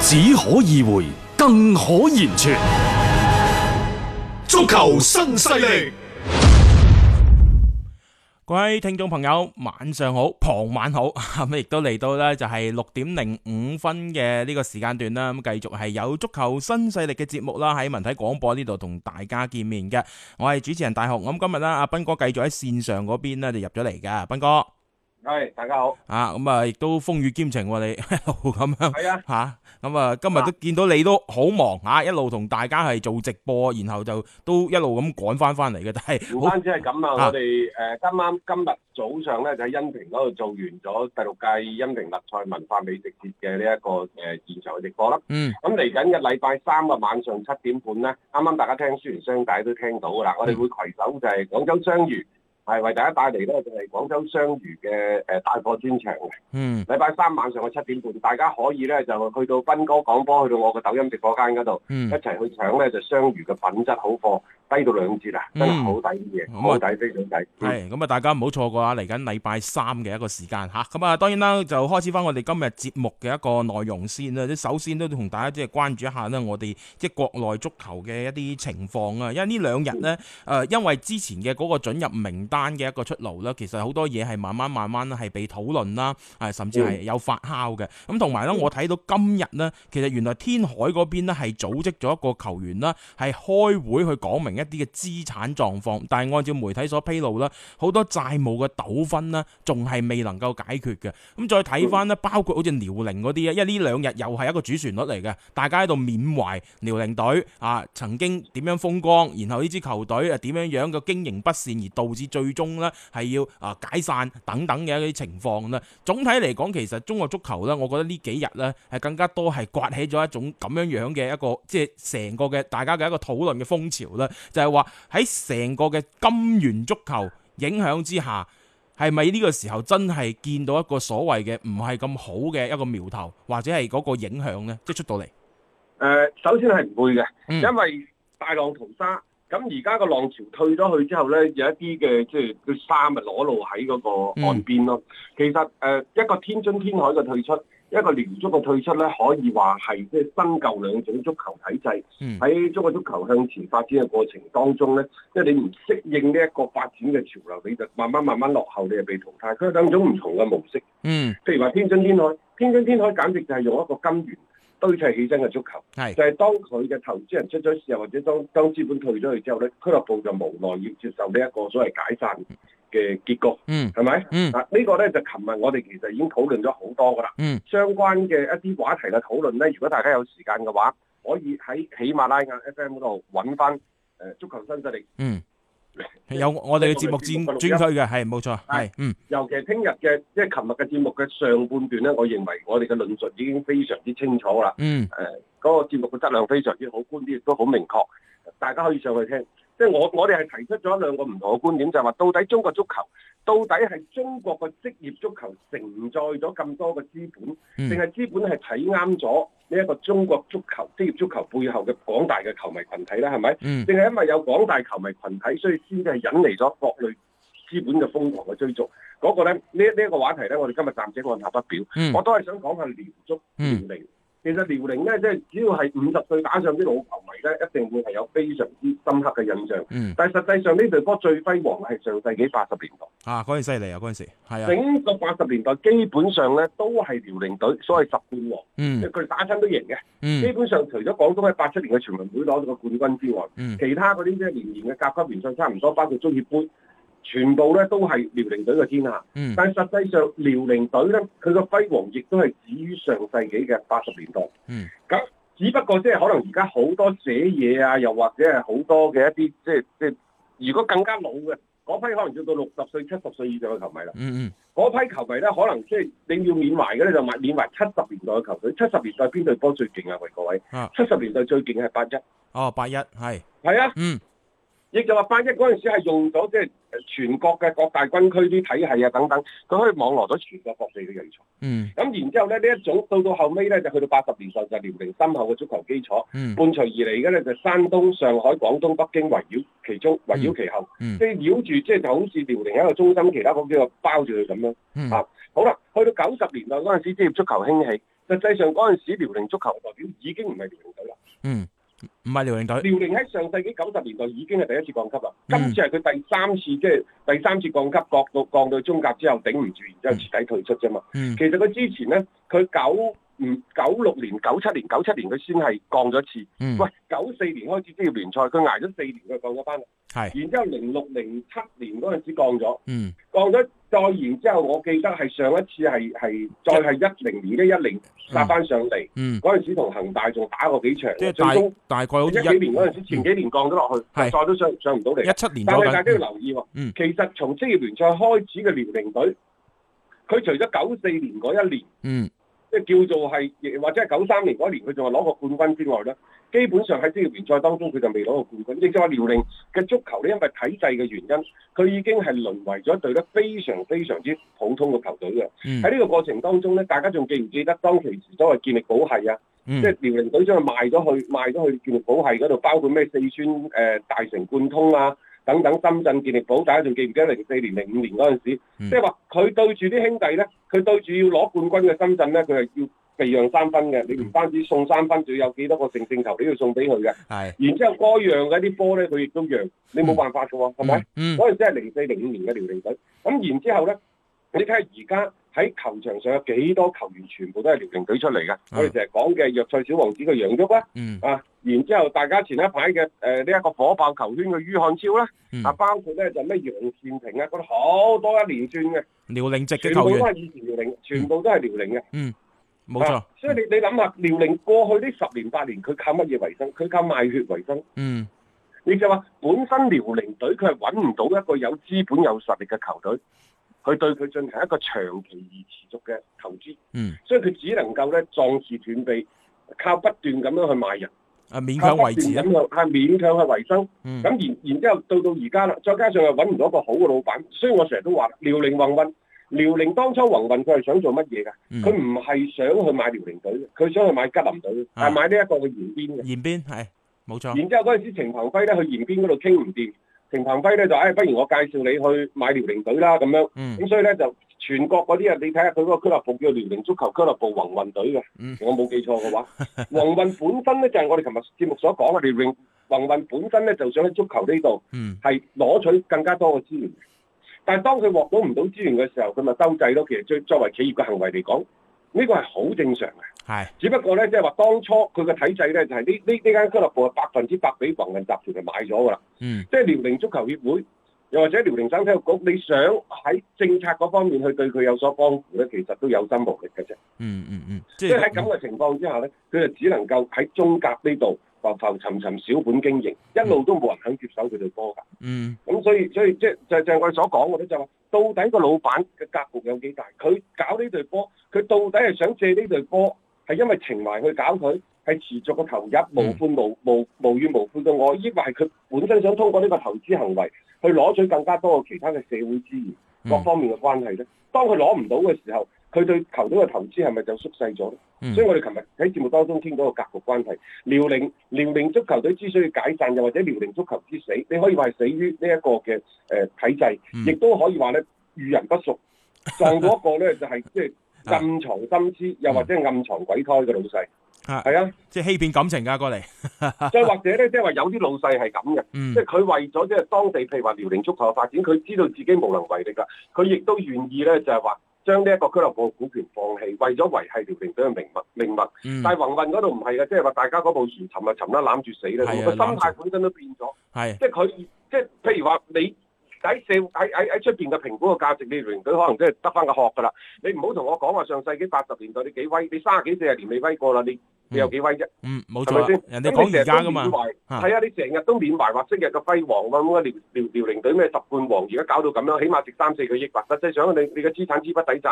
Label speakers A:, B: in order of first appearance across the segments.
A: 只可意會，更可言傳。
B: 足球新勢力，
C: 各位聽眾朋友，晚上好，傍晚好， 咁亦都嚟到呢，就係六點零五分嘅呢個時間段啦，咁繼續係有足球新勢力嘅節目啦，喺文體廣播呢度同大家見面嘅，我係主持人大雄，咁今日啦，阿斌哥繼續喺線上嗰邊呢，就入咗嚟嘅，斌哥
D: 係大家好，
C: 啊，咁啊亦都風雨兼程喎，你 一路咁樣
D: 係啊，
C: 吓，咁啊今日都見到你都好忙吓，一路同大家係做直播，然後就都一路咁趕翻翻嚟嘅，但係
D: 唔
C: 好
D: 單止係咁
C: 啊
D: 啊，我哋誒今晚今日早上咧就喺恩平嗰度做完咗第六屆恩平立菜文化美食節嘅呢一個誒現場嘅直播啦。
C: 嗯
D: 咁嚟緊嘅禮拜三嘅晚上七點半咧，啱啱大家聽書完商帶都聽到噶啦，我哋會攜手就係廣州雙魚，係為大家帶嚟咧就係廣州雙魚嘅誒帶貨專場嘅。
C: 嗯。
D: 禮拜三晚上嘅七點半，大家可以咧就去到斌哥廣播，去到我嘅抖音直播間嗰度，
C: 嗯
D: 一齊去搶咧就雙魚嘅品質好貨，低到兩折啊，
C: 嗯
D: 真係好抵啲嘢，
C: 咁啊
D: 好抵非常抵。
C: 系咁啊！大家唔好錯過啊！嚟緊禮拜三嘅一個時間吓，咁啊當然啦，就開始翻我哋今日節目嘅一個內容先啦。即首先都同大家即係關注一下呢，我哋即係國內足球嘅一啲情況啊。因為呢兩日呢，誒、呃因為之前嘅嗰個准入名單嘅一個出爐啦，其實好多嘢係慢慢慢慢係被討論啦，啊甚至係有發酵嘅。咁同埋呢，我睇到今日呢，其實原來天海嗰邊呢係組織咗一個球員啦，係開會去講明一啲嘅資產狀況，但係按照媒體所披露啦。好多債務嘅糾紛呢，仲係未能夠解決嘅。咁再睇翻呢，包括好似遼寧嗰啲啊，因為呢兩日又係一個主旋律嚟嘅，大家喺度緬懷遼寧隊啊曾經點樣風光，然後呢支球隊啊點樣樣嘅經營不善，而導致最終呢係要啊解散等等嘅一啲情況啦。總體嚟講，其實中國足球呢，我覺得呢幾日呢係更加多係刮起咗一種咁樣樣嘅一個即係成個嘅大家嘅一個討論嘅風潮啦，就係話喺成個嘅金元足球。影響之下，係咪呢個時候真係見到一個所謂嘅唔係咁好嘅一個苗頭，或者係嗰個影響呢？即係出到嚟，
D: 誒、首先係唔會嘅，
C: 嗯
D: 因為大浪淘沙。咁而家個浪潮退咗去之後咧，有一啲嘅即係佢沙咪裸露喺嗰個
C: 嗯
D: 岸邊咯。其實誒、一個天津天海嘅退出，一個聯足嘅退出咧，可以話係即係新舊兩種足球體制
C: 嗯
D: 喺中國足球向前發展嘅過程當中咧，即係你唔適應呢一個發展嘅潮流，你就慢慢慢慢落後，你就被淘汰。佢有兩種唔同嘅模式，
C: 嗯，
D: 譬如話天津天海，天津天海簡直就係用一個金元堆砌起身嘅足球。
C: 係
D: 就係當佢嘅投資人出咗市，或者當當資本退咗去之後咧，俱樂部就無奈要接受呢一個所謂解散嘅結局，
C: 嗯
D: 係咪？
C: 嗯
D: 啊，呢個咧就琴日我哋其實已經討論咗好多噶啦。
C: 嗯，
D: 相關嘅一啲話題嘅討論咧，如果大家有時間嘅話，可以喺喜馬拉雅 FM 嗰度揾翻誒足球新勢力，
C: 嗯，有我哋嘅節目專專區嘅，係冇錯，係嗯
D: 尤其係聽日嘅即係琴日嘅節目嘅上半段咧，我認為我哋嘅論述已經非常之清楚啦。
C: 嗯
D: 嗰個節目嘅質量非常之好，觀點亦都好明確，大家可以上去聽。即係我我哋係提出咗兩個唔同嘅觀點，就係、話到底中國足球到底係中國嘅職業足球承載咗咁多嘅資
C: 嗯
D: 本，定係資本係睇啱咗呢一個中國足球職業足球背後嘅廣大嘅球迷群體咧？係咪？
C: 嗯
D: 定係因為有廣大球迷群體，所以先係引嚟咗各類資本嘅瘋狂嘅追逐？嗰、個咧呢呢一個話題咧，我哋今日暫且按下不表。
C: 嗯
D: 我都係想講下遼足
C: 嗯
D: 遼寧。其實遼寧咧，即係只要係五十歲打上啲老球迷咧，一定會係有非常之深刻嘅印象。
C: 嗯，
D: 但係實際上呢隊波最輝煌係上世紀八十年代，
C: 啊嗰陣犀利啊，嗰陣時係啊，
D: 整個八十年代基本上咧都係遼寧隊所謂十冠王，即
C: 嗯
D: 係佢打親都贏嘅。基
C: 嗯
D: 本上除咗廣東喺八七年嘅全運會攞咗個冠軍之外，
C: 嗯
D: 其他嗰啲即係年年嘅甲級聯賽差唔多，包括足協杯，全部咧都係遼寧隊嘅天下。
C: 嗯
D: 但係實際上，遼寧隊咧，佢個輝煌亦都係止於上世紀嘅八十年代。
C: 嗯，
D: 咁只不過即係可能而家好多寫嘢啊，又或者係好多嘅一啲即係即係，如果更加老嘅，嗰批可能要到六十歲、七十歲以上嘅球迷啦。
C: 嗯
D: 嗰批球迷咧，可能即係你要緬懷嘅咧，就緬緬懷七十年代嘅球隊。七十年代邊隊波最勁啊？喂，各位
C: 啊，
D: 七十年代最勁係八一，
C: 嗯，哦，八一係，
D: 係啊，
C: 嗯
D: 亦就話八一嗰陣時係用咗即係全國嘅各大軍區啲體系啊等等，佢可以網羅咗全國各地嘅人才。
C: 嗯
D: 咁然之後咧，呢一種到到後尾咧，就去到八十年代就遼寧深厚嘅足球基礎，
C: 嗯
D: 伴隨而嚟嘅咧就山東、上海、廣東、北京圍繞其中，圍繞其後，
C: 嗯
D: 即係繞住，即係就好似遼寧一個中心，其他嗰幾個包住佢咁樣。
C: 嗯
D: 啊好啦，去到九十年代嗰陣時，職業足球興起，實際上嗰陣時遼寧足球代表已經唔係遼寧隊啦，
C: 嗯，唔係遼寧隊，
D: 遼寧喺上世紀九十年代已經係第一次降級啦，
C: 呃嗯
D: 今次係佢第三次即係第三次降級，降到降到中甲之後頂唔住，然之後徹底退出啫嘛。
C: 嗯
D: 其實佢之前咧，佢九唔九六年、九七年、九七年佢先係降咗一次。
C: 嗯
D: 喂，九四年開始職業聯賽，佢捱咗四年，佢降咗班啦。
C: 係，
D: 然之後零六零七年嗰陣時降咗，
C: 嗯
D: 降咗再然之後，我記得係上一次係係再係一零年嘅一零殺翻上嚟
C: 嗯，
D: 嗰陣時，同恒大仲打過幾場，
C: 即
D: 最
C: 係
D: 終
C: 大大概好
D: 一
C: 似
D: 幾年嗰陣時，前
C: 一嗯
D: 幾年降咗落去，
C: 係
D: 再都上上唔到嚟。
C: 七年
D: 但
C: 左
D: 係大家
C: 緊，
D: 要留意喎，
C: 嗯
D: 其實從職業聯賽開始嘅遼寧隊，佢除咗九四年嗰一年。
C: 嗯
D: 即係叫做係，亦或者係九三年嗰年佢仲係攞過冠軍之外咧，基本上喺職業聯賽當中佢就未攞過冠軍。亦即係話遼寧嘅足球咧，因為體制嘅原因，佢已經係淪為咗一隊咧非常非常之普通嘅球隊嘅。
C: 嗯
D: 喺呢個過程當中咧，大家仲記唔記得當其時所謂健力寶係啊？
C: 嗯
D: 即係遼寧隊將佢賣咗去賣咗去健力寶係嗰度，包括咩四川誒、呃大成貫通啊等等，深圳健力寶，大家仲記唔記得零四年、零五年嗰陣時，
C: 嗯
D: 即係話佢對住啲兄弟咧，佢對住要攞冠軍嘅深圳咧，佢係要避讓三分嘅，
C: 嗯
D: 你唔單止送三分，仲要有幾多個淨勝球你要送俾佢嘅，
C: 係，
D: 然之後該讓嘅啲波咧，佢亦都讓，你冇辦法嘅喎，係咪？
C: 嗯
D: 嗰陣時係零四零五年嘅遼寧隊。咁然之後咧，你睇下而家喺球場上有幾多球員全部都係遼寧隊出嚟嘅。我哋成日講嘅弱賽小王子嘅楊旭啦，
C: 嗯
D: 啊，然之後大家前一排嘅呃誒呢一個火爆球圈嘅于漢超啦，
C: 嗯
D: 啊，，包括咧就咩楊善平啊，嗰啲好多一連串嘅，
C: 遼寧籍
D: 全
C: 嘅
D: 部
C: 球員，
D: 都
C: 嗯
D: 係以前遼寧，全部都係遼寧嘅。
C: 冇錯
D: 啊，所以你你諗下，遼寧過去呢十年八年，佢靠乜嘢為生？佢靠賣血為生。
C: 嗯
D: 你就話本身遼寧隊佢係揾唔到一個有資本有實力嘅球隊，去對佢進行一個長期而持續嘅投資，
C: 嗯，
D: 所以佢只能夠咧壯士斷臂，靠不斷咁樣去賣人，
C: 啊勉強
D: 靠不
C: 維
D: 斷
C: 持
D: 咁
C: 啊，
D: 樣係勉強去維生。咁、
C: 嗯
D: 然然之後到到而家啦，再加上又揾唔到一個好嘅老闆，所以我成日都話啦遼寧宏運。遼寧當初宏運佢係想做乜嘢㗎？
C: 嗯
D: 佢唔係想去買遼寧隊嘅，佢想去買吉林隊嘅，
C: 啊
D: 係買呢一個嘅延邊嘅。
C: 延邊係冇錯，
D: 然之後嗰陣時，程鵬輝咧去延邊嗰度傾唔掂，程鵬輝咧就誒、哎不如我介紹你去買遼寧隊啦咁樣。
C: 嗯
D: 咁所以咧就全國嗰啲啊人，你睇下佢嗰個俱樂部叫遼寧足球俱樂部宏運隊嘅，
C: 嗯
D: 我冇記錯 嘅話，宏運本身咧就係、我哋琴日節目所講嘅遼寧宏運本身咧就想喺足球呢度
C: 嗯
D: 係攞取更加多嘅資源，但係當佢獲到唔到資源嘅時候，佢咪收掣咯。其實作作為企業嘅行為嚟講，呢個係好正常嘅。
C: 係，
D: 只不過咧，即係話當初佢嘅體制咧，就係呢呢呢間俱樂部係啊百分之百俾宏運集團係買咗㗎啦。
C: 嗯
D: 即係遼寧足球協會，又或者遼寧省體育局，你想喺政策嗰方面去對佢有所幫扶咧，其實都有心無力嘅啫。
C: 嗯嗯嗯，即
D: 即係喺咁嘅情況之下咧，佢就只能夠喺中甲呢度浮浮沉沉小本經營，一路都冇人肯接手佢對波㗎。
C: 嗯
D: 咁所以所以即係就就係我哋所講嘅咧，就話到底個老闆嘅格局有幾大？佢搞呢隊波，佢到底係想借呢隊波係因為情懷去搞佢，係持續嘅投入無
C: 嗯
D: 歡無無無怨無悔嘅愛，抑或係佢本身想通過呢個投資行為去攞取更加多嘅其他嘅社會資源
C: 嗯
D: 各方面嘅關係咧？當佢攞唔到嘅時候，佢對球隊嘅投資係咪就縮細咗咧？
C: 嗯
D: 所以我哋琴日喺節目當中傾到個格局關係，遼寧遼寧足球隊之所以解散，又或者遼寧足球之死，你可以話係死於呢一個嘅誒、呃體
C: 嗯
D: 制，亦都可以話咧遇人不 淑，撞到一個咧就係即
C: 啊
D: 係暗藏心思，又或者暗藏鬼胎嘅老細，
C: 嗯啊
D: 係啊，
C: 即係欺騙感情㗎過嚟，
D: 再或者咧即係話有啲老細係咁嘅。
C: 嗯
D: 即係佢為咗即係當地譬如話遼寧足球嘅發展，佢知道自己無能為力啦，佢亦都願意咧就係話將呢一個俱樂部嘅股權放棄，為咗維係遼寧隊嘅名物名物。
C: 嗯
D: 但係宏運嗰度唔係嘅，即係話大家嗰部船沉啊沉啦，攬住死啦，
C: 係啊
D: 個心
C: 攬
D: 態本身都變咗。
C: 係
D: 即係佢即係譬如話你。喺社喺喺喺出邊嘅評估嘅價值，你聯隊可能即係得翻個殼㗎啦。你唔好同我講話上世紀八十年代你幾威，你三十幾四十年未威過啦，你你有幾威啫？
C: 嗯，冇
D: 係咪
C: 錯啦
D: 先，？
C: 人哋講而家噶嘛
D: 咁你成日都緬，懷
C: 啊
D: 係啊，你成日都緬懷或昔日嘅輝煌啊咁，遼遼遼寧隊咩十冠王，而家搞到咁樣，起碼值三四個億吧。實際上你你嘅資產資不抵債。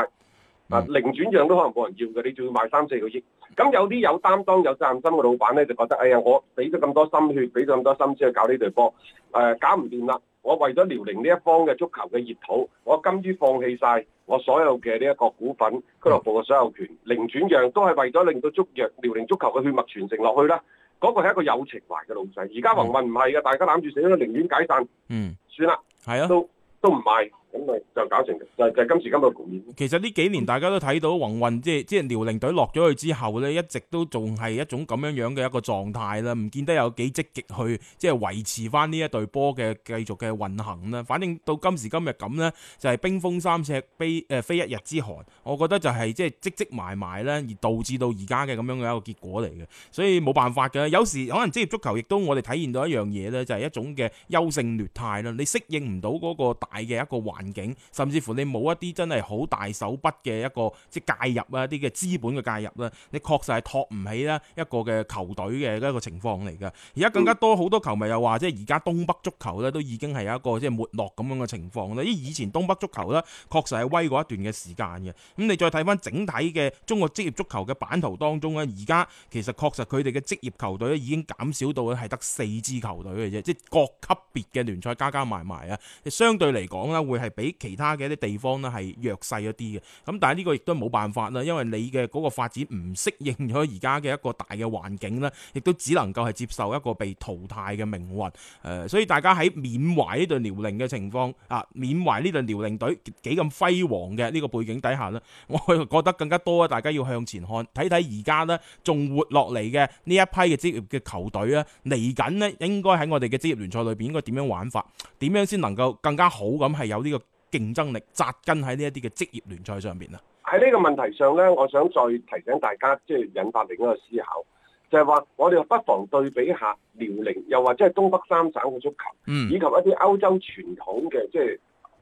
D: 啊，
C: 嗯
D: 零轉讓都可能冇人要嘅，你仲要賣三四個億。咁有啲有擔當、有責任心嘅老闆咧，就覺得哎呀，我俾咗咁多心血，俾咗咁多心思去搞呢隊波，誒、啊搞唔掂啦。我為咗遼寧呢一方嘅足球嘅熱土，我甘於放棄晒我所有嘅呢一個股份、俱樂部嘅所有權，零轉讓都係為咗令到足弱遼寧足球嘅血脈傳承落去啦。嗰、個係一個有情懷嘅老細。而家宏運唔係嘅，大家攬住死都寧願解散，
C: 嗯，
D: 算啦，
C: 係啊。
D: 都都唔賣，咁咪就搞成就就係今時今日嘅局面。
C: 其實呢幾年大家都睇到宏運即係即係遼寧隊落咗去之後呢，一直都仲係一種咁樣樣嘅一個狀態啦，唔見得有幾積極去即係維持翻呢一隊波嘅繼續嘅運行啦。反正到今時今日咁呢，就係、冰封三尺，非誒、呃非一日之寒。我覺得就係即係積積埋埋呢，而導致到而家嘅咁樣嘅一個結果嚟嘅。所以冇辦法嘅。有時可能職業足球亦都我哋體現到一樣嘢呢，就係、一種嘅優勝劣汰啦。你適應唔到嗰個大嘅一個環境，甚至乎你冇一啲真係好大手筆嘅一個即係介入啊，一啲嘅資本嘅介入啦，你確實係托唔起啦一個嘅球隊嘅一個情況嚟㗎。而家更加多好多球迷又話，即係而家東北足球咧都已經係有一個即係沒落咁樣嘅情況啦。因為以前東北足球咧確實係威過一段嘅時間嘅。咁你再睇翻整體嘅中國職業足球嘅版圖當中咧，而家其實確實佢哋嘅職業球隊咧已經減少到咧係得四支球隊嘅啫，即係各級別嘅聯賽加加埋埋啊，相對嚟講咧會係比其他嘅一啲地方咧係弱勢一啲嘅。咁但係呢個亦都冇辦法啦，因為你嘅嗰個發展唔適應咗而家嘅一個大嘅環境咧，亦都只能夠係接受一個被淘汰嘅命運。誒、所以大家喺緬懷呢隊遼寧嘅情況啊，緬懷呢隊遼寧隊幾咁輝煌嘅呢個背景底下呢，我覺得更加多啊，大家要向前看，睇睇而家呢仲活落嚟嘅呢一批嘅職業嘅球隊啊，嚟緊呢應該喺我哋嘅職業聯賽裏邊應該點樣玩法，點樣先能夠更加好咁係有呢個競爭力扎根喺呢一啲嘅職業聯賽上邊啊？
D: 喺呢個問題上咧，我想再提醒大家，即係引發另一個思考，就係話我哋不妨對比下遼寧，又或者係東北三省嘅足球，
C: 嗯
D: 以及一啲歐洲傳統嘅即係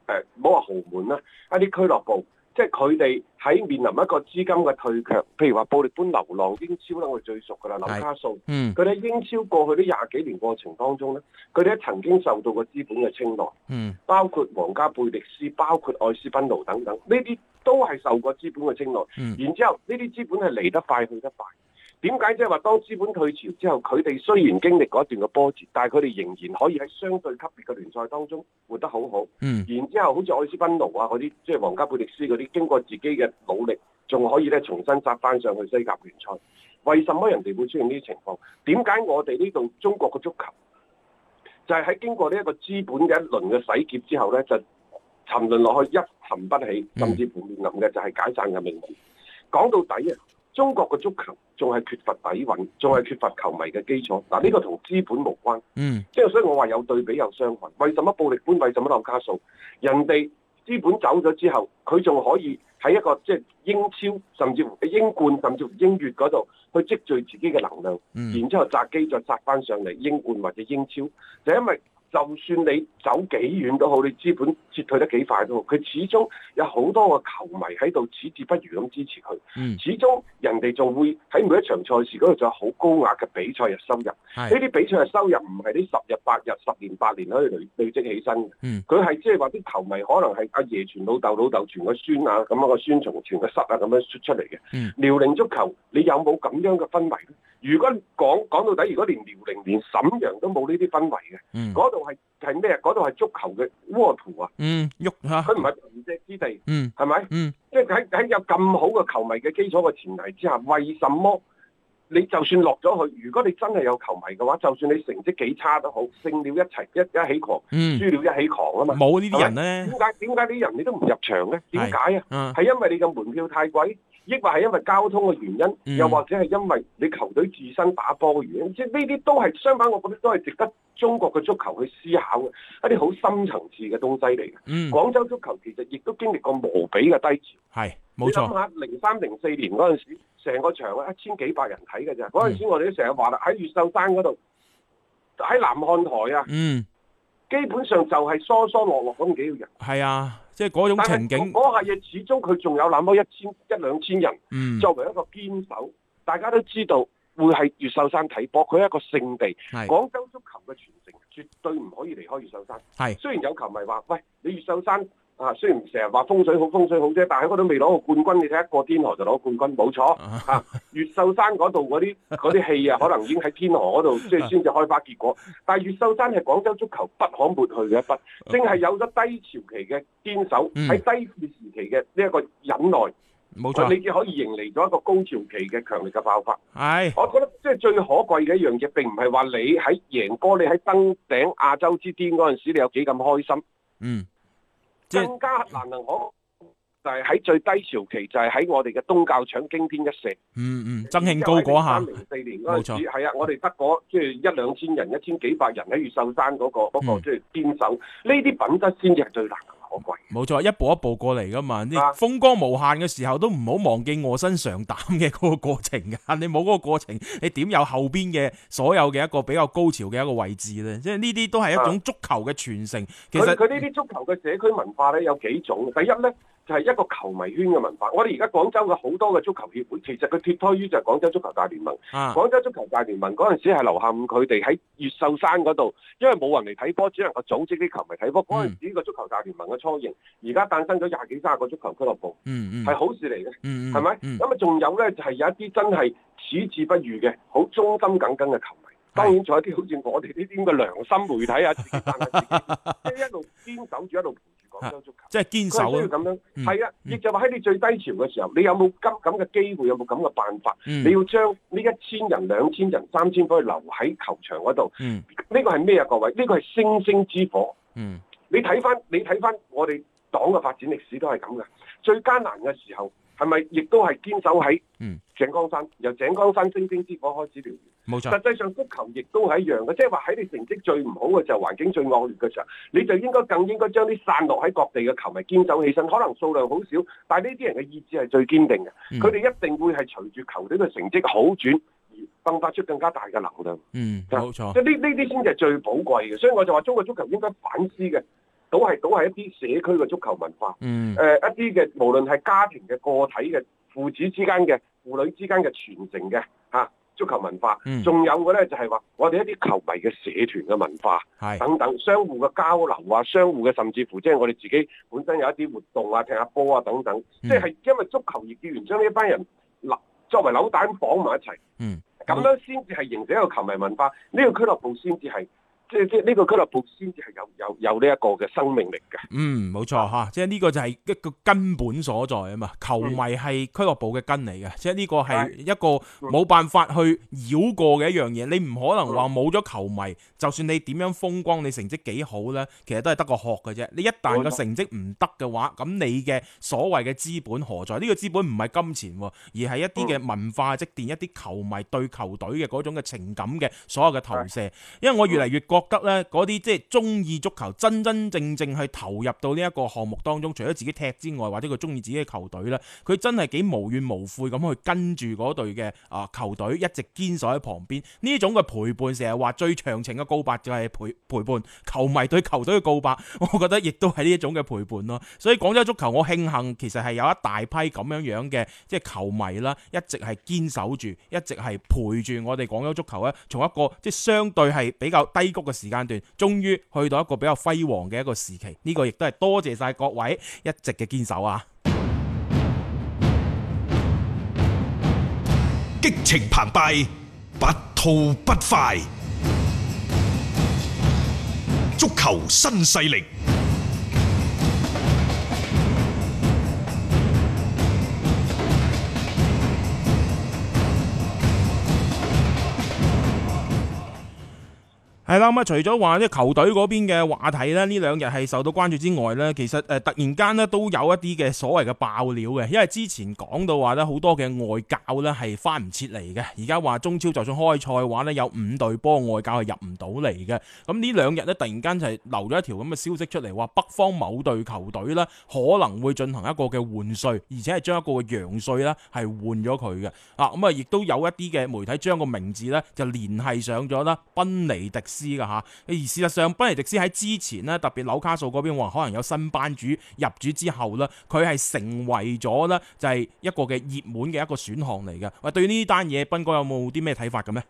D: 誒，唔好話豪門啦，一啲俱樂部，即係佢哋喺面臨一個資金嘅退卻，譬如話布力般流浪英超啦，我哋最熟噶啦，
C: 係
D: 紐卡素。
C: 嗯
D: 佢哋喺英超過去呢廿幾年過程當中咧，佢哋曾經受到過資本嘅青睞，
C: 嗯
D: 包括皇家貝迪斯、包括愛斯賓奴等等，呢啲都係受過資本嘅青睞。
C: 嗯
D: 然之後呢啲資本係嚟得快去得快。點解即係話當資本退潮之後，佢哋雖然經歷嗰一段嘅波折，但係佢哋仍然可以喺相對級別嘅聯賽當中活得好好。
C: 嗯
D: 然之後好似愛斯賓奴啊嗰啲，即係皇家貝迪斯嗰啲，經過自己嘅努力，仲可以咧重新扎翻上去西甲聯賽。為什麼人哋會出現呢啲情況？點解我哋呢度中國嘅足球就係喺經過呢一個資本嘅一輪嘅洗劫之後咧，就沉淪落去一沉不起，
C: 嗯
D: 甚至乎面臨嘅就係解散嘅命運。講到底啊，中國嘅足球仲係缺乏底蘊，仲係缺乏球迷嘅基礎。嗱，呢個同資本無關。
C: 嗯
D: 即係所以我話有對比有傷害。為什麼暴力般？為什麼紐卡素？人哋資本走咗之後，佢仲可以喺一個即係英超，甚至乎英冠，甚至乎英乙嗰度去積聚自己嘅能量，
C: 嗯
D: 然之後擲機再擲翻上嚟英冠或者英超，就因為。就算你走幾遠都好，你資本撤退得幾快都好，佢始終有好多個球迷喺度矢志不渝咁支持佢。
C: 嗯，
D: 始終人哋仲會喺每一場賽事嗰度仲有好高額嘅比賽日收入。呢
C: 係
D: 啲比賽嘅收入唔係啲十日八日、十年八年可以累累積起身嘅
C: 嗯，
D: 佢係即係話啲球迷可能係阿爺傳老豆，老豆傳個孫啊，咁樣個孫從傳個室啊，咁樣出出嚟嘅。
C: 嗯
D: 遼寧足球你有冇咁樣嘅氛圍咧？如果講講到底，如果連遼寧、連沈陽都冇呢啲氛圍嘅，
C: 嗯
D: 嗰度係係咩？嗰度係足球嘅窩土啊！
C: 嗯喐吓
D: 佢，唔係平石之地，
C: 嗯
D: 係咪？
C: 嗯
D: 即係喺喺有咁好嘅球迷嘅基礎嘅前提之下，為什麼你就算落咗去，如果你真係有球迷嘅話，就算你成績幾差都好，勝了一齊一一起狂，
C: 嗯，
D: 輸了一起狂啊嘛。
C: 冇呢啲人
D: 點
C: 呢。
D: 解點解啲人你都唔入場呢？點解啊？
C: 啊，
D: 係因為你嘅門票太貴，抑或係因為交通嘅原因，
C: 嗯
D: 又或者係因為你球隊自身打波嘅原因，即係呢啲都係相反，我覺得都係值得中國嘅足球去思考嘅一啲好深層次嘅東西嚟嘅。
C: 嗯
D: 廣州足球其實亦都經歷過無比嘅低潮。
C: 係
D: 你
C: 冇
D: 諗
C: 錯，
D: 下，零三零四年嗰陣時，成個場啊一千幾百人睇
C: 嗯
D: 嘅咋。嗰陣時我哋都成日話啦，喺越秀山嗰度，喺南漢台啊，
C: 嗯
D: 基本上就係疏疏落落咁幾個人。
C: 係啊，即係嗰種
D: 但
C: 情
D: 係嗰
C: 景，
D: 嗰下嘢，始終佢仲有那麼一千一兩千人
C: 嗯
D: 作為一個堅守。大家都知道會係越秀山睇波，佢係一個聖地。
C: 係
D: 廣州足球嘅傳承絕對唔可以離開越秀山。
C: 係
D: 雖然有球迷話：喂，你越秀山啊，雖然成日話風水好風水好啫，但係嗰度未攞過冠軍，你睇一個天河就攞冠軍，冇錯嚇、啊越秀山嗰度 嗰啲嗰啲戲啊，可能已經喺天河嗰度
C: 啊
D: 即係先至開花結果。但係越秀山係廣州足球不可抹去嘅一筆，正係有咗低潮期嘅堅守，
C: 啊嗯
D: 喺低潮時期嘅呢一個忍耐。
C: 冇錯，
D: 你只可以迎嚟咗一個高潮期嘅強力嘅爆發。
C: 係
D: 我覺得即係最可貴嘅一樣嘢，並唔係話你喺贏波，你喺登頂亞洲之巔嗰陣時，你有幾咁開心。
C: 嗯，即係
D: 更加難能可貴就係喺最低潮期，就係喺我哋嘅東教場驚天一射。
C: 嗯嗯，曾慶高嗰
D: 一
C: 下
D: 九零四年嗰陣時，係啊，我哋得嗰即係一兩千人、一千幾百人喺越秀山嗰、個嗰、
C: 嗯
D: 個即係堅守，呢啲品質先至係最難能可貴。
C: 冇錯，一步一步過嚟噶嘛，你
D: 啊
C: 風光無限嘅時候都唔好忘記臥薪嘗膽嘅嗰個過程㗎。 你冇嗰個過程，你點有後邊嘅所有嘅一個比較高潮嘅一個位置呢？即係呢啲都係一種足球嘅傳承。其
D: 啊佢
C: 實
D: 佢呢啲足球嘅社區文化咧有幾種，第一咧就係、一個球迷圈嘅文化。我哋而家廣州嘅好多嘅足球協會，其實佢脱胎於就係廣州足球大聯盟。
C: 啊，
D: 廣州足球大聯盟嗰陣時係留下五佢哋喺越秀山嗰度，因為冇人嚟睇波，只能夠組織啲球迷睇波。
C: 嗯
D: 嗰陣時個足球大聯盟嘅初型，而家誕生咗廿幾卅個足球俱樂部，
C: 嗯嗯
D: 係好事嚟嘅。
C: 嗯嗯，
D: 係咪？
C: 嗯
D: 咁啊，仲有咧，就係、有一啲真係矢志不渝嘅，好忠心耿耿嘅球迷。當然，仲有啲好似我哋呢啲咁嘅良心媒體 啊，自己讚下自己，即係一路堅守住，一路陪住廣州足球。
C: 即係堅
D: 佢係需要
C: 守啊。
D: 咁樣，
C: 嗯
D: 係啊，
C: 嗯
D: 亦就話喺你最低潮嘅時候，你有冇咁咁嘅機會，有冇咁嘅辦法？
C: 嗯
D: 你要將呢一千人、兩千人、三千個留喺球場嗰度，
C: 嗯
D: 呢個係咩啊？各位，呢個係星星之火。
C: 嗯
D: 你睇翻你睇翻我哋黨嘅發展歷史都係咁嘅，最艱難嘅時候係咪亦都係堅守喺
C: 嗯
D: 井江山？由井江山星星之火開始燎原。
C: 冇錯
D: 實。際上足球亦都係一樣嘅，即係話喺你成績最唔好嘅時候，環境最惡劣嘅時候，你就應該更應該將啲散落喺各地嘅球迷堅守起身。可能數量好少，但係呢啲人嘅意志係最堅定嘅，
C: 嗯
D: 佢哋一定會係隨住球隊嘅成績好轉而迸發出更加大嘅能量。
C: 嗯，冇錯
D: 即。係呢呢啲先至係最寶貴嘅，所以我就話中國足球應該反思嘅，倒係倒係一啲社區嘅足球文化，
C: 嗯
D: 誒、一啲嘅無論係家庭嘅、個體嘅、父子之間嘅、父女之間嘅傳承嘅嚇、啊足球文化
C: 嗯，
D: 仲、有嘅咧就係話我哋一啲球迷嘅社團嘅文化
C: 係
D: 等等，相互嘅交流啊，相互嘅甚至乎即係我哋自己本身有一啲活動啊，踢下波啊等等，
C: 嗯
D: 即係因為足球業嘅員將呢一班人扭作為扭蛋綁埋一齊。
C: 嗯
D: 咁樣先至係形成一個球迷文化，呢、個俱樂部先至係，即係即係呢個俱樂部先至係有有有呢一個嘅生命力嘅。
C: 嗯，冇錯吓，即係呢個就係一個根本所在啊嘛。球迷係俱樂部嘅根嚟嘅，即係呢個係一個冇辦法去繞過嘅一樣嘢。你唔可能話冇咗球迷，就算你點樣風光，你成績幾好呢，其實都係得個殼嘅啫。你一旦個成績唔得嘅話，咁你嘅所謂嘅資本何在？呢、個資本唔係金錢喎，而係一啲嘅文化積澱，一啲球迷對球隊嘅嗰種嘅情感嘅所有嘅投射。因為我越嚟越覺得呢嗰啲即係中意足球真真正正去投入到呢一個項目當中，除咗自己踢之外，或者佢中意自己嘅球隊呢，佢真係幾無怨無悔咁去跟住嗰隊嘅啊球隊一直堅守喺旁邊。呢種嘅陪伴，成日話最長情嘅告白就係陪陪伴球迷對球隊嘅告白， 我覺得亦都係呢一種嘅陪伴咯。所以廣州足球，我慶幸其實係有一大批咁樣樣嘅即係球迷啦，一直係堅守住，一直係陪住我哋廣州足球咧，從一個即係相對係比較低谷嘅時間段，終於去到一個比較輝煌嘅一個時期。呢、個亦都係多謝晒各位一直嘅堅守啊！
B: 激情澎湃，不吐不快。足球新勢力，
C: 係啦，咁啊，除咗話啲球隊嗰邊嘅話題咧，呢兩日係受到關注之外呢，其實誒、呃突然間呢都有一啲嘅所謂嘅爆料嘅，因為之前講到話呢，好多嘅外教呢係翻唔切嚟嘅，而家話中超就算開賽嘅話呢，有五隊波外教係入唔到嚟嘅，咁呢兩日呢，突然間就係流咗一條咁嘅消息出嚟，話北方某隊球隊呢可能會進行一個嘅換帥，而且係將一個嘅洋帥呢係換咗佢嘅，啊咁啊，亦都有一啲嘅媒體將個名字呢就聯繫上咗啦，賓尼迪斯。斯㗎吓。而事實上，賓尼迪斯喺之前呢，特別紐卡素嗰邊話可能有新班主入主之後呢，佢係成為咗呢，就係一個嘅熱門嘅一個選項嚟嘅。喂，對呢單嘢，斌哥有冇啲咩睇法嘅咩？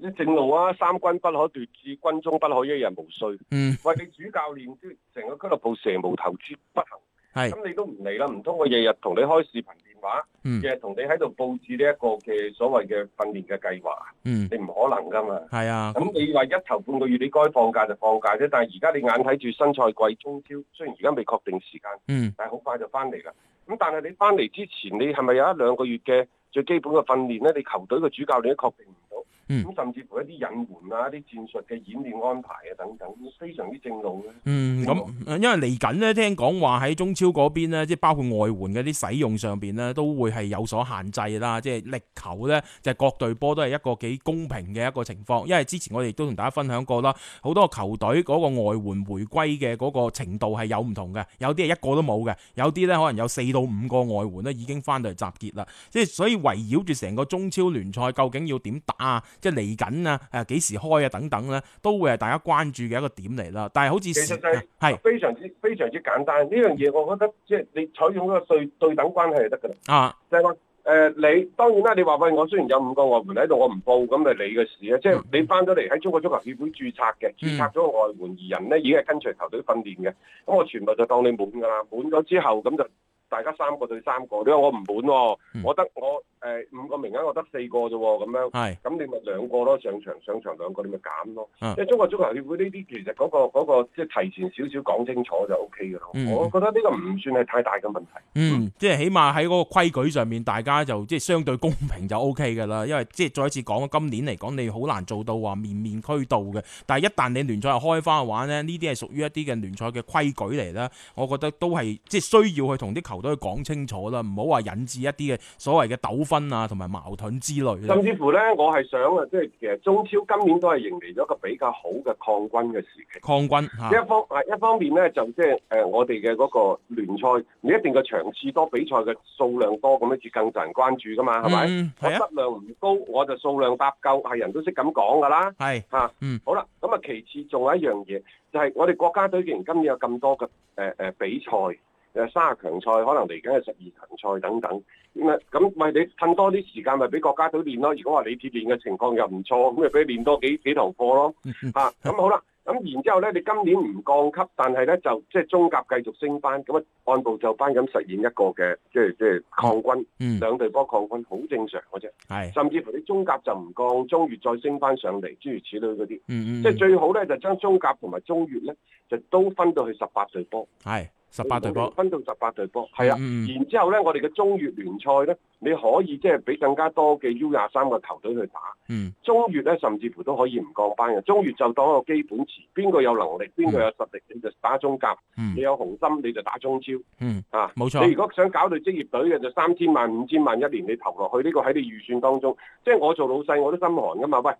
D: 即正路啊，三軍不可奪志，軍中不可一人無帥。
C: 嗯，
D: 喂，你主教練即係成個俱樂部蛇無頭豬不行，
C: 係，
D: 咁你都唔嚟啦，唔通我日日同你開視頻電話，
C: 嗯
D: 日日同你喺度佈置呢一個嘅所謂嘅訓練嘅計劃，啊
C: 嗯，
D: 你唔可能㗎嘛。
C: 係啊，
D: 咁你話一頭半個月你該放假就放假啫，但係而家你眼睇住新賽季中超，雖然而家未確定時間，
C: 嗯，
D: 但係好快就翻嚟啦。咁但係你翻嚟之前，你係咪有一兩個月嘅最基本嘅訓練呢？你球隊嘅主教練都確定唔到，咁、
C: 嗯
D: 甚至乎一啲引援啊、一啲戰術嘅演練安排啊等等，非常之正路嘅。
C: 嗯，咁呃因為嚟緊咧，聽講話喺中超嗰邊咧，即係包括外援嘅啲使用上邊咧，都會係有所限制啦。即係力求咧，就係各隊波都係一個幾公平嘅一個情況。因為之前我哋亦都同大家分享過啦，好多球隊嗰個外援回歸嘅嗰個程度係有唔同嘅，有啲係一個都冇嘅，有啲咧可能有四到五個外援咧已經翻到嚟集結啦。即係所以圍繞住成個中超聯賽究竟要點打啊，即係嚟緊啊，誒幾時開啊等等咧，都會係大家關注嘅一個點嚟啦。但係好似
D: 其實就係
C: 啊係
D: 非常之非常之簡單，呢樣嘢我覺得即係你採用嗰個對對等關係就得㗎啦。
C: 啊，
D: 就係話誒，你當然啦，你話喂，我雖然有五個外援喺度，我唔報，咁咪你嘅
C: 嗯
D: 事啊！即係你翻咗嚟喺中國足球協會註冊嘅，註冊咗個外援而人咧，已經係跟隨球隊訓練嘅。咁我全部就當你滿㗎啦，滿咗之後咁就大家三個對三個。你話我唔滿喎、
C: 嗯
D: 我得我誒、呃五個名額，我得四個啫喎，咁樣。
C: 係
D: 咁你咪兩個咯，上場上場兩個，你咪減咯。
C: 嗯
D: 即係中國足球協會呢啲，其實嗰、個嗰、個即係提前少少講清楚就 O K 㗎啦。
C: 嗯
D: 我覺得呢個唔算係太大嘅問題。
C: 嗯，即係起碼喺嗰個規矩上面，大家就即係相對公平就 O K 噶啦。因為即係再一次講，今年嚟講你好難做到話面面俱到嘅。但係一旦你聯賽又開翻嘅話呢，呢啲係屬於一啲嘅聯賽嘅規矩嚟啦。我覺得都係即係需要去同啲球隊去講清楚啦，唔好話引致一啲嘅所謂嘅糾紛啊同埋矛盾之類啦
D: 甚。至乎咧，我係想啊，即係其實中超今年都係迎嚟咗一個比較好嘅抗軍嘅時期。
C: 抗軍嚇，
D: 一方啊一方面咧，就即係誒我哋嘅嗰個聯賽，你一定嘅場次多，比賽嘅數量多，咁樣至更受人關注噶嘛，係咪？
C: 嗯
D: 我
C: 係啊，
D: 質量唔高，我就數量搭夠，係人都識咁講噶啦。
C: 係
D: 嚇，
C: 嗯
D: 好啦，咁啊，其次仲有一樣嘢，就係、我哋國家隊既然今年有咁多嘅誒誒比賽，誒三十強賽，可能嚟緊係十二強賽等等，咁啊，咁咪你趁多啲時間，咪俾國家隊練咯。如果話李鐵練嘅情況又唔錯，咁咪俾佢練多幾幾堂課咯。
C: 嗯
D: 嚇、咁好啦，咁然之後咧，你今年唔降級，但係咧就即係中甲繼續升班，咁啊按部就班咁實現一個嘅即係即係抗軍，
C: 嗯
D: 兩隊波抗軍好正常嘅啫。
C: 係，嗯
D: 甚至乎你中甲就唔降，中乙再升翻上嚟，諸如此類嗰啲。
C: 嗯嗯，
D: 即係最好咧，就將中甲同埋中乙咧，就都分到去十八隊波。
C: 係十八隊波，
D: 分到十八隊波，係啊。
C: 嗯嗯
D: 然之後咧，我哋嘅中乙聯賽咧，你可以即係俾更加多嘅 U 廿三個球隊去打。
C: 嗯
D: 中乙咧，甚至乎都可以唔降班嘅。中乙就當一個基本池，邊個有能力，邊個有實力，你就打中甲；
C: 嗯
D: 你有雄心，你就打中超。
C: 嗯，
D: 啊，
C: 冇錯
D: 你如果想搞到職業隊嘅，就三千萬、五千萬一年你投落去，呢、個喺你預算當中。即係我做老細，我都心寒噶嘛。喂，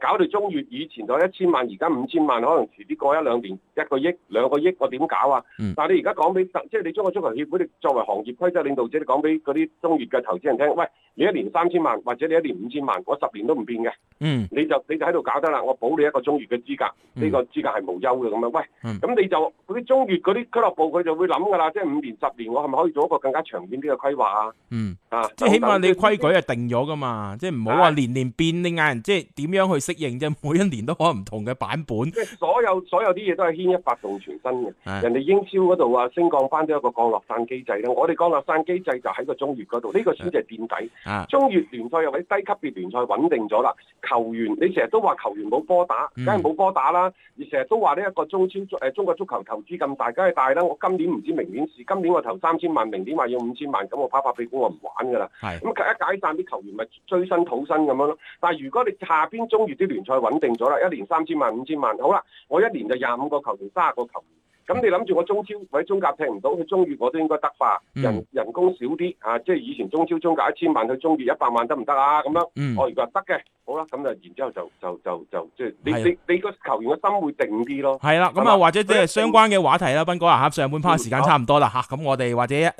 D: 搞到中乙以前就一千萬，而家五千萬，可能遲啲過一兩年一個億、兩個億，我點搞啊？
C: 嗯
D: 但係你而家講俾，即係你中國足球協會，你作為行業規則領導者，你講俾嗰啲中乙嘅投資人聽，喂，你一年三千萬或者你一年五千萬，我十年都唔變嘅。
C: 嗯
D: 你就你就喺度搞得啦，我保你一個中乙嘅資格，呢、
C: 嗯
D: 個資格係無憂嘅咁樣。喂
C: 嗯，
D: 咁你就嗰啲中乙嗰啲俱樂部佢就會諗㗎啦，即係五年十年，我係咪可以做一個更加長遠啲嘅規劃啊？
C: 嗯。
D: 啊，
C: 即係起碼
D: 等等
C: 你規矩係定咗噶嘛，即係唔好話
D: 係
C: 年年變，你嗌人即係點樣去適應啫？每一年都可能唔同嘅版本。啊
D: 即係所有所有啲嘢都係牽一發動全身嘅。
C: 係
D: 人哋英超嗰度啊，升降班都有一個降落傘機制啦。我哋降落傘機制就喺個中乙嗰度，呢、個先至係墊底。
C: 啊，
D: 中乙聯賽又或者低級別聯賽穩定咗啦，球員你成日都話球員冇波打，
C: 嗯
D: 梗係冇波打啦。而成日都話呢一個中超誒中國足球投資咁大，梗係大啦。我今年唔知明年事，今年我投三千萬，明年話要五千萬，咁我拍拍屁股我唔玩㗎啦。
C: 係
D: 咁一解散啲球員咪追薪討薪咁樣咯。但係如果你下邊中乙啲聯賽穩定咗啦，一年三千萬五千萬，好啦，我一年就廿五個球員，三十個球員。
C: 嗯
D: 咁你諗住我中超或者中甲踢唔到，去中乙我都應該得吧？
C: 嗯
D: 人人工少啲啊，即係以前中超中甲一千萬，去中乙一百萬得唔得啊？咁樣，
C: 嗯，
D: 我如果話得嘅，好啦，咁就然之後就就就就即
C: 係
D: 係
C: 啊
D: 你你你個球員嘅心會定啲咯。
C: 係啦，咁
D: 係
C: 啊
D: 嘛
C: 或者即
D: 所
C: 係
D: 以
C: 相關嘅話題啦，斌哥啊，嚇上半 part
D: 嗯
C: 時間
D: 好
C: 差唔多啦嚇，咁我哋或者誒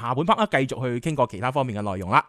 C: 下半 part 啊繼續去傾過其他方面嘅內容啦。